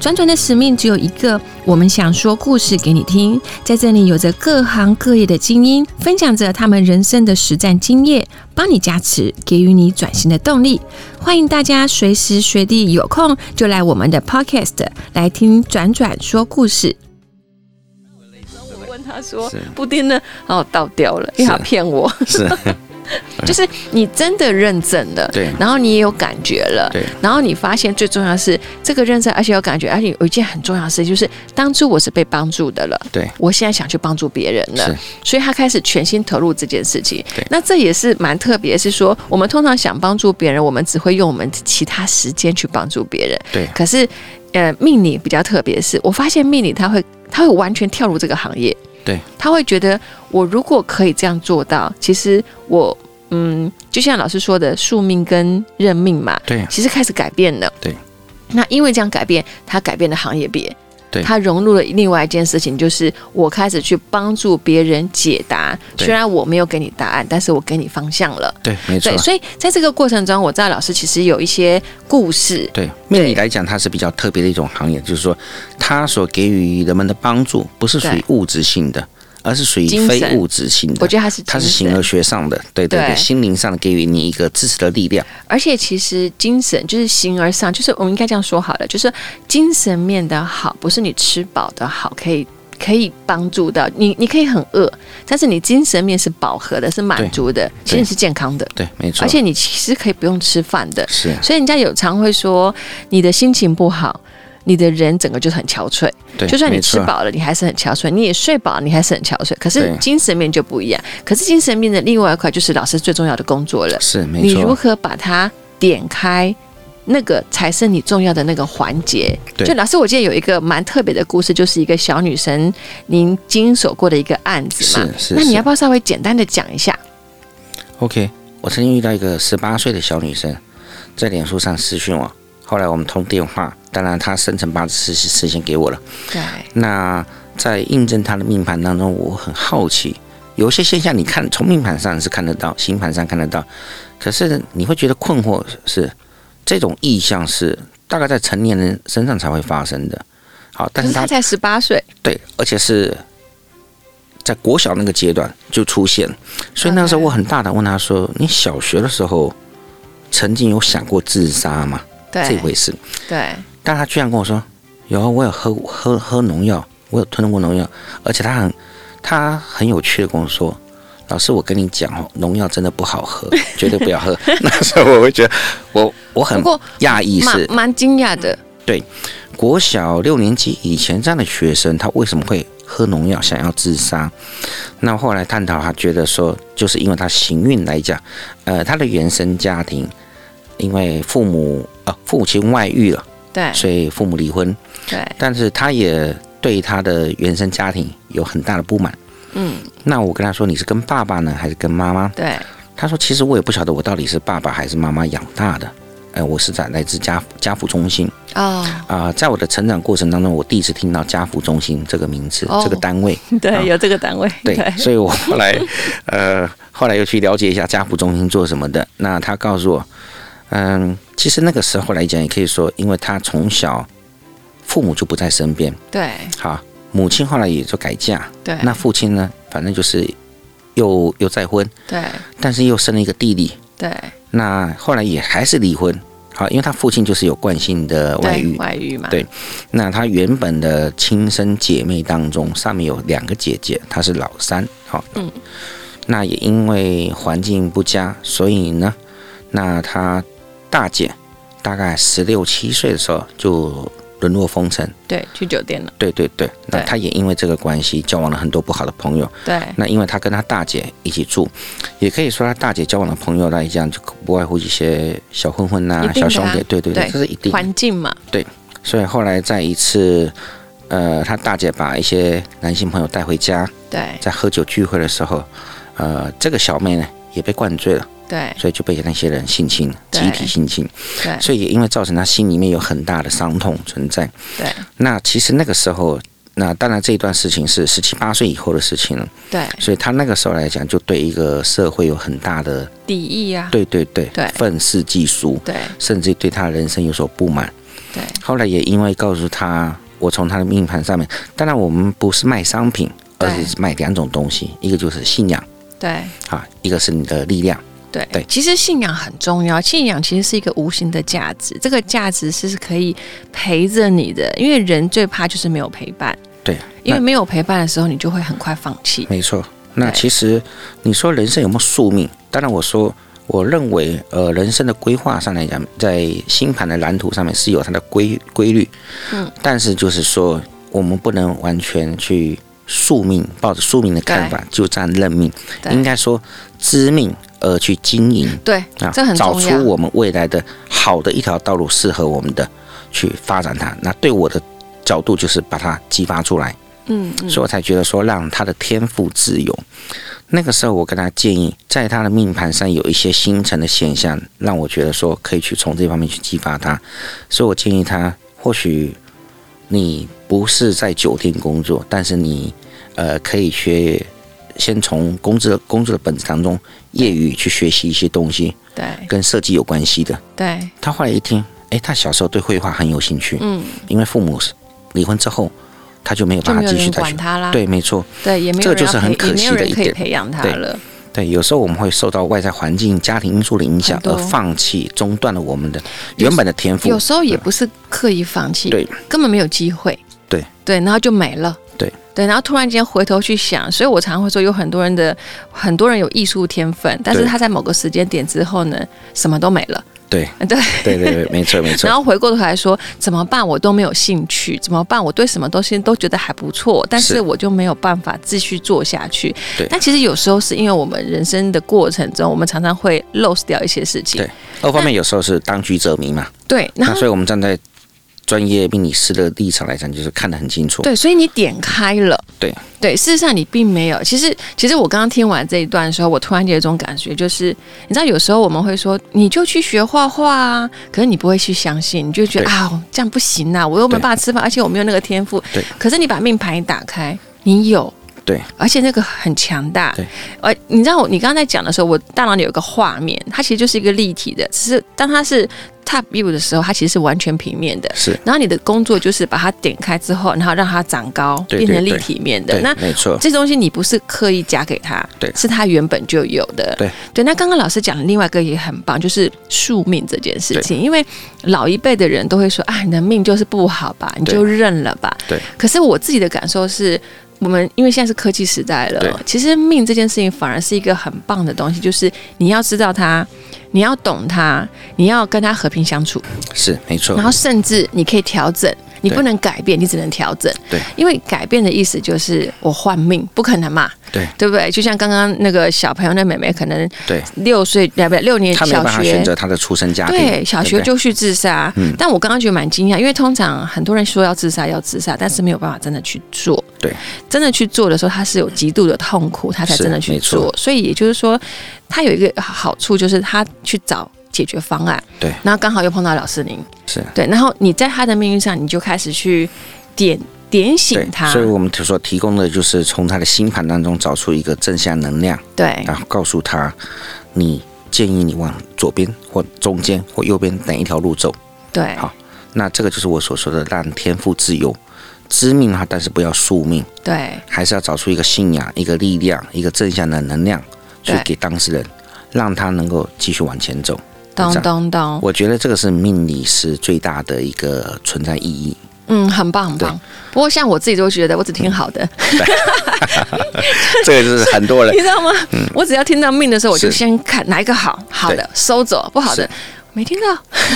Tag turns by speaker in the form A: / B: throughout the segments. A: 转转的使命只有一个，我们想说故事给你听。在这里，有着各行各业的精英，分享着他们人生的实战经验，帮你加持，给予你转型的动力。欢迎大家随时随地有空就来我们的 Podcast 来听转转说故事。
B: 我问他说
C: 是
B: 布丁呢？哦，倒掉了，因为他
C: 是
B: 骗我。
C: 是，
B: 就是你真的认证了，
C: 对
B: 然后你也有感觉了，
C: 对
B: 然后你发现最重要的是这个认证，而且有感觉，而且有一件很重要的事，就是当初我是被帮助的了，
C: 对
B: 我现在想去帮助别人了
C: 是，
B: 所以他开始全心投入这件事情
C: 对。
B: 那这也是蛮特别，是说我们通常想帮助别人，我们只会用我们其他时间去帮助别人，
C: 对
B: 可是，呃，命理比较特别的是，我发现命理他会他会完全跳入这个行业，
C: 对，
B: 他会觉得我如果可以这样做到，其实我嗯，就像老师说的，宿命跟认命嘛，
C: 对
B: 其实开始改变了，
C: 哎对。
B: 那因为这样改变，他改变了行业别，
C: 对
B: 他融入了另外一件事情，就是我开始去帮助别人解答。
C: 对
B: 虽然我没有给你答案，但是我给你方向了。
C: 对，没错
B: 对，。所以在这个过程中，我知道老师其实有一些故事，
C: 对命理来讲，它是比较特别的一种行业，就是说，它所给予人们的帮助不是属于
B: 对
C: 物质性的，而是属于
B: 精神
C: 非物质性的。
B: 我觉得他是
C: 嗯它是
B: 精
C: 形
B: 神
C: 而学上的，对对
B: 对
C: 对，心灵上的给予你一个支持的力量。
B: 而且其实精神就是形而上，就是我们应该这样说好了，就是精神面的好，不是你吃饱的好，可以可以帮助到你，你可以很饿，但是你精神面是饱和的，是满足的，其实你是健康的，
C: 对，没错。
B: 而且你其实可以不用吃饭的。
C: 是
B: 所以人家有常会说，你的心情不好。你的人整个就是很憔悴，
C: 对，
B: 就算你
C: 没
B: 吃
C: 错，
B: 饱了，你还是很憔悴；你也睡饱了，你还是很憔悴。可是
C: 对
B: 精神面就不一样。可是精神面的另外一块就是老师最重要的工作了。
C: 是没
B: 你如
C: 错。
B: 何把它点开，那个才是你重要的那个环节。
C: 对
B: 就老师，我记得有一个蛮特别的故事，就是一个小女生您经手过的一个案子嘛。
C: 是是
B: 那你
C: 是
B: 要不要稍微简单的讲一下？
C: OK，我曾经遇到一个十八岁的小女生，在脸书上私讯我，后来我们通电话，当然她生辰八字事事先给我了。
B: 对，
C: 那在印证他的命盘当中，我很好奇，有些现象你看从命盘上是看得到，星盘上看得到，可是你会觉得困惑是这种意象是大概在成年人身上才会发生的。好，
B: 可
C: 但是
B: 是
C: 他
B: 她才十八岁，
C: 对，而且是在国小那个阶段就出现，所以那时候
B: OK
C: 我很大胆问他说：“你小学的时候曾经有想过自杀吗？这
B: 对
C: 回事？”
B: 对，
C: 但他居然跟我说：“有啊，我有喝喝喝农药，我有吞过农药，而且他很他很有趣的跟我说，老师，我跟你讲哦，农药真的不 好喝，绝对不要喝。”那时候我会觉得我我很
B: 不过
C: 讶异
B: 蛮
C: 是
B: 蛮惊讶的。
C: 国小六年级以前这样的学生，他为什么会喝农药想要自杀？那后来探讨，他觉得说，就是因为他行运来讲，呃，他的原生家庭因为父母啊、父亲外遇了，
B: 对
C: 所以父母离婚。
B: 对，
C: 但是他也对他的原生家庭有很大的不满。
B: 嗯，
C: 那我跟他说你是跟爸爸呢，还是跟妈妈？
B: 对
C: 他说其实我也不晓得我到底是爸爸还是妈妈养大的。呃，我是在来自家家福中心
B: 哦，
C: 啊、在我的成长过程当中，我第一次听到家福中心这个名字，
B: 哦
C: 这个单位。
B: 对，有这个单位，
C: 对，所以我后来，呃，后来又去了解一下家福中心做什么的。那他告诉我，嗯，其实那个时候来讲，也可以说，因为他从小父母就不在身边，
B: 对
C: 好，母亲后来也就改嫁，
B: 对
C: 那父亲呢，反正就是又又再婚，
B: 对
C: 但是又生了一个弟弟，
B: 对
C: 那后来也还是离婚，好，因为他父亲就是有惯性的外
B: 对，
C: 遇，
B: 外遇嘛，
C: 对那他原本的亲生姐妹当中，上面有两个姐姐，她是老三，好，
B: 嗯，
C: 那也因为环境不佳，所以呢，那她大姐大概十六七岁的时候就沦落风尘。
B: 对，去酒店了，
C: 对对对，那
B: 对
C: 他也因为这个关系交往了很多不好的朋友。
B: 对
C: 那因为他跟他大姐一起住，也可以说他大姐交往的朋友来讲，就不外乎一些小混混呐、
B: 一定的啊
C: 小兄弟，对对对，
B: 对
C: 这是一定的。
B: 环境嘛，
C: 所以后来在一次，呃，他大姐把一些男性朋友带回家，
B: 对
C: 在喝酒聚会的时候，呃，这个小妹呢也被灌醉了，
B: 对
C: 所以就被那些人性侵，
B: 对
C: 集体性侵，
B: 对
C: 所以也因为造成他心里面有很大的伤痛存在。
B: 对
C: 那其实那个时候，那当然这一段事情是十七八岁以后的事情了，
B: 对，
C: 所以他那个时候来讲，就对一个社会有很大的
B: 敌意啊，
C: 对对对
B: 对
C: 愤世嫉俗，
B: 对
C: 甚至对他的人生有所不满。
B: 对
C: 后来也因为告诉他，我从他的命盘上面，当然我们不是卖商品，
B: 对
C: 而是卖两种东西，一个就是信仰
B: 对
C: 啊，一个是你的力量。
B: 对
C: 对
B: 其实信仰很重要，信仰其实是一个无形的价值，这个价值是可以陪着你的，因为人最怕就是没有陪伴，
C: 对，啊
B: 因为
C: 那
B: 没有陪伴的时候，你就会很快放弃。
C: 没错。那
B: 对
C: 其实你说人生有没有宿命？当然，我说我认为，呃，人生的规划上来讲，在星盘的蓝图上面是有它的规规律。
B: 嗯，
C: 但是就是说，我们不能完全去宿命，抱着宿命的看法就这样认命，
B: 对
C: 应该说知命而去经营。
B: 对，
C: 啊，
B: 这很
C: 找
B: 重
C: 出
B: 要。
C: 我们未来的好的一条道路，适合我们的去发展它。那对我的角度就是把它激发出来，
B: 嗯嗯，
C: 所以我才觉得说让他的天赋自由。那个时候我跟他建议，在他的命盘上有一些星辰的现象，让我觉得说可以去从这方面去激发他，所以我建议他，或许你不是在酒店工作，但是你呃可以学。先从工作工作的本质当中，业余去学习一些东西，
B: 对
C: 跟设计有关系的。
B: 对，
C: 他后来一听，诶，他小时候对绘画很有兴趣，
B: 嗯，
C: 因为父母离婚之后，他就没有
B: 就
C: 办
B: 没
C: 法
B: 有
C: 继续
B: 人
C: 再
B: 管
C: 去。
B: 他啦。
C: 对，没错，
B: 对，也没有
C: 这个
B: 人
C: 就是
B: 要
C: 很
B: 培
C: 可
B: 也没有
C: 惜的
B: 人
C: 一
B: 可以
C: 点
B: 培养他
C: 对
B: 了。
C: 对，有时候我们会受到外在环境、家庭因素的影响
B: 很多
C: 而放弃，中断了我们的原本的天赋
B: 有。时候也不是刻意放弃，
C: 对，
B: 根本没有机会，
C: 对
B: 对，然后就没了，
C: 对
B: 对，然后突然间回头去想，所以我常会说，有很多人的很多人有艺术天分，但是
C: 对
B: 他在某个时间点之后呢，什么都没了，
C: 对
B: 对，
C: 对对对，没错没
B: 然
C: 错，
B: 后回过头来说，怎么办？我都没有兴趣，怎么办？我对什么东西都觉得还不错，但是
C: 是
B: 我就没有办法继续做下去
C: 对。
B: 但其实有时候是因为我们人生的过程中，我们常常会 lose 掉一些事情，
C: 对二方面有时候是当局者迷嘛。
B: 对，然后
C: 那所以我们站在专业命理师的立场来讲，就是看得很清楚。
B: 对，所以你点开了。
C: 对
B: 对，事实上你并没有。其实，其实我刚刚听完这一段的时候，我突然间有一种感觉，就是你知道，有时候我们会说，你就去学画画啊，可是你不会去相信，你就觉得
C: 对
B: 啊，这样不行啊，我又没有
C: 对
B: 办法吃饭，而且我没有那个天赋。
C: 对。
B: 可是你把命盘一打开，你有。
C: 对，
B: 而且那个很强大
C: 对，
B: 而你知道我，你刚刚在讲的时候，我大脑里有一个画面，它其实就是一个立体的，只是当它是 top view 的时候，它其实是完全平面的，
C: 是，
B: 然后你的工作就是把它点开之后，然后让它长高，
C: 对
B: 变成
C: 对
B: 立
C: 对
B: 体面的。
C: 对
B: 那，
C: 没错，
B: 这东西你不是刻意加给他，
C: 对
B: 是他原本就有的。
C: 对
B: 对，那刚刚老师讲的另外一个也很棒，就是宿命这件事情，因为老一辈的人都会说啊，你的命就是不好吧，你就认了吧。
C: 对。
B: 可是我自己的感受是。我们因为现在是科技时代
C: 对
B: 了，其实命这件事情反而是一个很棒的东西，就是你要知道它，你要懂它，你要跟它和平相处。
C: 是没错
B: 然，后甚至你可以调整，你
C: 对
B: 不能改变，你只能调整。
C: 对，
B: 因为改变的意思就是我换命，不可能嘛，
C: 对
B: 对不对？就像刚刚那个小朋友，那妹妹可能
C: 对，
B: 六岁，呃，不对，六年
C: 他没有
B: 小
C: 办法选
B: 学。
C: 择他的出生家庭，
B: 对，小学
C: 不嗯
B: 就去自杀。但我刚刚觉得蛮惊讶，因为通常很多人说要自杀，要自杀，但是没有办法真的去做。
C: 对，
B: 真的去做的时候，他是有极度的痛苦，他才
C: 是
B: 真的去
C: 没错
B: 做。所以也就是说，他有一个好处，就是他去找解决方案。
C: 对
B: 然后刚好又碰到老师您，
C: 是
B: 对，然后你在他的命运上，你就开始去点点醒他，
C: 所以我们所提供的就是从他的星盘当中找出一个正向能量，
B: 对
C: 然后告诉他，你建议你往左边或中间或右边哪一条路走。
B: 对
C: 好那这个就是我所说的让天赋自由。知命哈，但是不要宿命，
B: 对
C: 还是要找出一个信仰、一个力量、一个正向的能量，去
B: 对
C: 给当事人，让他能够继续往前走。
B: 咚
C: 这样
B: 咚咚，
C: 我觉得这个是命理师最大的一个存在意义。
B: 嗯，很棒很棒
C: 对。嗯
B: 不过像我自己都觉得，我只听好的，
C: 这个就是很多人
B: 你知道吗？我只要听到命的时候，我就是先看哪一个好，好的收走，不好的
C: 是
B: 没听到。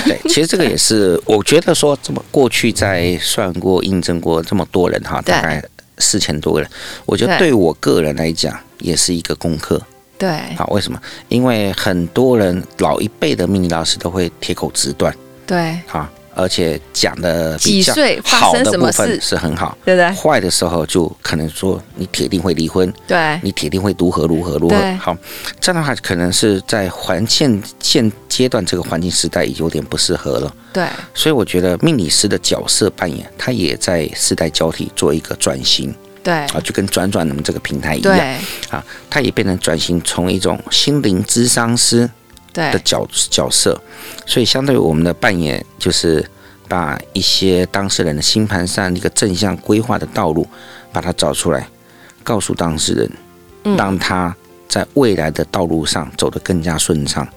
C: 对，其实这个 也是，我觉得说，这么过去在算过、印证过这么多人哈，
B: 对
C: 大概四千多个人，我觉得
B: 对
C: 对我个人来讲也是一个功课。
B: 对
C: 好，为什么？因为很多人老一辈的命理老师都会铁口直断
B: 对
C: 哈，而且讲的
B: 几岁发
C: 好
B: 生
C: 的
B: 什
C: 部
B: 么
C: 分
B: 事，
C: 是很好，
B: 对不对？
C: 坏的时候就可能说你铁定会离婚，
B: 对，
C: 你铁定会如何如何如何
B: 对。
C: 好，这样的话可能是在环现现阶段这个环境时代有点不适合了，
B: 对，
C: 所以我觉得命理师的角色扮演，他也在世代交替做一个转型
B: 对，
C: 啊，就跟转转我们这个平台一样，
B: 哎对，
C: 他也变成转型从一种心灵咨商师的
B: 对，
C: 角角色，所以相对于我们的扮演就是。把一些当事人的星盘上一个正向规划的道路，把它找出来，告诉当事人，
B: 嗯
C: 让他在未来的道路上走得更加顺畅。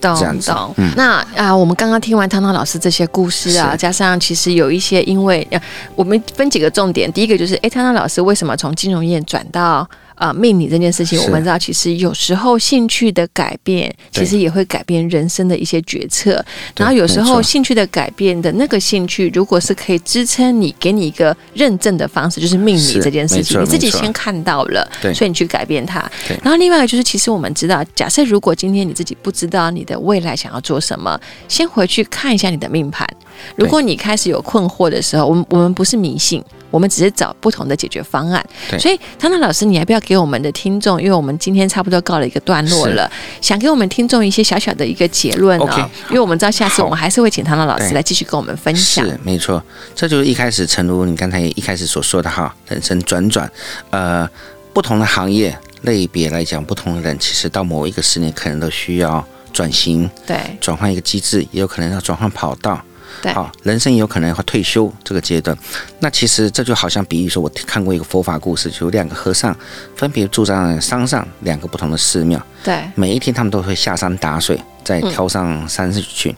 C: 这样
B: 懂
C: 子
B: 懂。
C: 嗯
B: 那啊、我们刚刚听完汤汤老师这些故事啊，
C: 是
B: 加上其实有一些，因为、呃、我们分几个重点，第一个就是，哎，汤汤老师为什么从金融业转到？呃，命理这件事情，
C: 是
B: 我们知道，其实有时候兴趣的改变，
C: 对
B: 其实也会改变人生的一些决策。
C: 对
B: 然后有时
C: 没
B: 候
C: 错
B: 兴趣的改变的那个兴趣，如果是可以支撑你，给你一个认证的方式，就是命理
C: 是
B: 这件事情，
C: 没错
B: 你自己
C: 没错
B: 先看到了，
C: 对
B: 所以你去改变它。
C: 对
B: 然后另外一个就是，其实我们知道，假设如果今天你自己不知道你的未来想要做什么，先回去看一下你的命盘。如果你开始有困惑的时候，我们我们不是迷信。我们只是找不同的解决方案，
C: 对
B: 所以汤汤老师，你要不要给我们的听众，因为我们今天差不多告了一个段落了，想给我们听众一些小小的一个结论哦
C: OK，好
B: 因为我们知道下次我们还是会请汤汤老师
C: 对
B: 来继续跟我们分享，
C: 是没错，这就是一开始，诚如你刚才一开始所说的哈，人生转转，呃，不同的行业类别来讲，不同的人其实到某一个十年可能都需要转型，
B: 对
C: 转换一个机制，也有可能要转换跑道。
B: 对
C: 好，人生也有可能会退休这个阶段。那其实这就好像比喻说，我看过一个佛法故事，就有两个和尚分别住在山上两个不同的寺庙，
B: 对
C: 每一天他们都会下山打水，再挑上山去。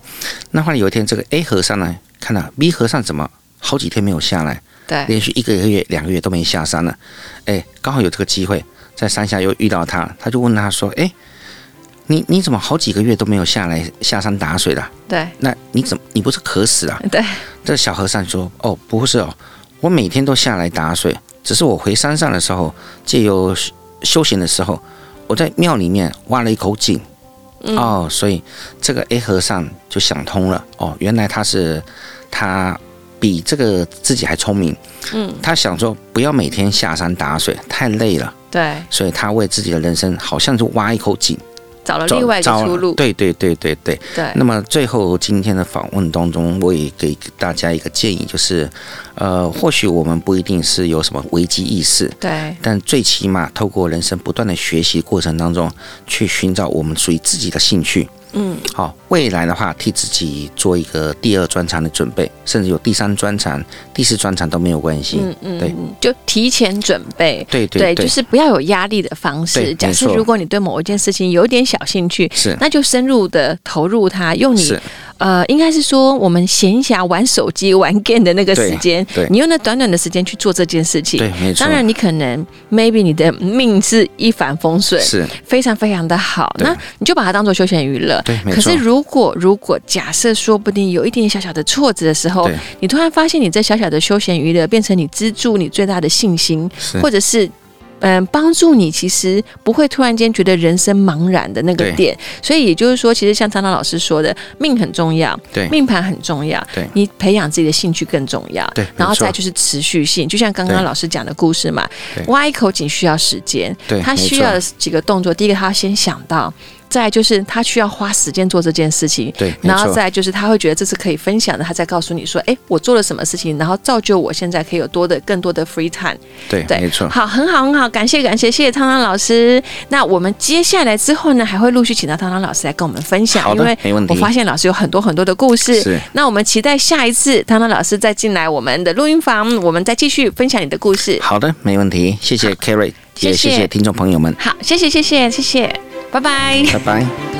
C: 那后来有一天，这个 A 和尚呢，看到 B 和尚怎么好几天没有下来，
B: 对
C: 连续一个月、两个月都没下山了。哎，刚好有这个机会，在山下又遇到他，他就问他说：“哎，你你怎么好几个月都没有下来下山打水了？
B: 对
C: 那你怎么你不是渴死了
B: 对？”
C: 这小和尚说：“哦，不是哦，我每天都下来打水，只是我回山上的时候，借由休休闲的时候，我在庙里面挖了一口井。”
B: 嗯
C: 哦，所以这个 A 和尚就想通了哦，原来他是他比这个自己还聪明，
B: 嗯，
C: 他想说不要每天下山打水，太累了，
B: 对，
C: 所以他为自己的人生好像就挖一口井，
B: 找了哦另外一个
C: 找
B: 出路，
C: 对对对对对。
B: 对
C: 那么最后今天的访问当中，我也给大家一个建议，就是，呃，或许我们不一定是有什么危机意识，
B: 对
C: 但最起码透过人生不断的学习过程当中，去寻找我们属于自己的兴趣。
B: 嗯，
C: 好、未来的话，替自己做一个第二专长的准备，甚至有第三专长、第四专长都没有关系。
B: 嗯嗯，
C: 对
B: 嗯就提前准备。
C: 对对对，
B: 就是不要有压力的方式。
C: 对
B: 假设
C: 没错
B: 如果你对某一件事情有点小兴趣，
C: 是
B: 那就深入的投入它，用你
C: 是
B: 呃，应该是说我们闲暇玩手机、玩 game 的那个时间
C: 对对，
B: 你用那短短的时间去做这件事情。
C: 对，没错。
B: 当然，你可能 maybe 你的命是一帆风顺，
C: 是
B: 非常非常的好，
C: 对
B: 那你就把它当做休闲娱乐。
C: 对没错
B: 可是如果如果假设说不定有一点小小的挫折的时候
C: 对，
B: 你突然发现你这小小的休闲娱乐变成你资助你最大的信心，
C: 是
B: 或者是。嗯，帮助你其实不会突然间觉得人生茫然的那个
C: 对
B: 点，所以也就是说，其实像张张老师说的，命很重要，
C: 对
B: 命盘很重要，
C: 对
B: 你培养自己的兴趣更重要，
C: 对
B: 然后
C: 没错
B: 再就是持续性，就像刚刚
C: 对
B: 老师讲的故事嘛
C: 对，
B: 挖一口井需要时间，
C: 对，
B: 他
C: 没
B: 需
C: 错
B: 要的几个动作，第一个他要先想到，再来就是他需要花时间做这件事情。
C: 对，没
B: 然后
C: 错
B: 再来就是他会觉得这是可以分享的，他再告诉你说，哎，我做了什么事情，然后造就我现在可以有多的更多的 free time。
C: 对，
B: 对
C: 没错。
B: 好，很好，很好，感谢感谢，谢谢汤汤老师。那我们接下来之后呢，还会陆续请到汤汤老师来跟我们分享，
C: 好
B: 因
C: 的
B: 为
C: 没问题
B: 我发现老师有很多很多的故事。
C: 是
B: 那我们期待下一次汤汤老师再进来我们的录音房，我们再继续分享你的故事。
C: 好的，没问题。谢谢 Kerry，也
B: 谢谢
C: 谢谢听众朋友们，
B: 好，谢谢谢谢谢谢，拜拜。
C: 拜拜。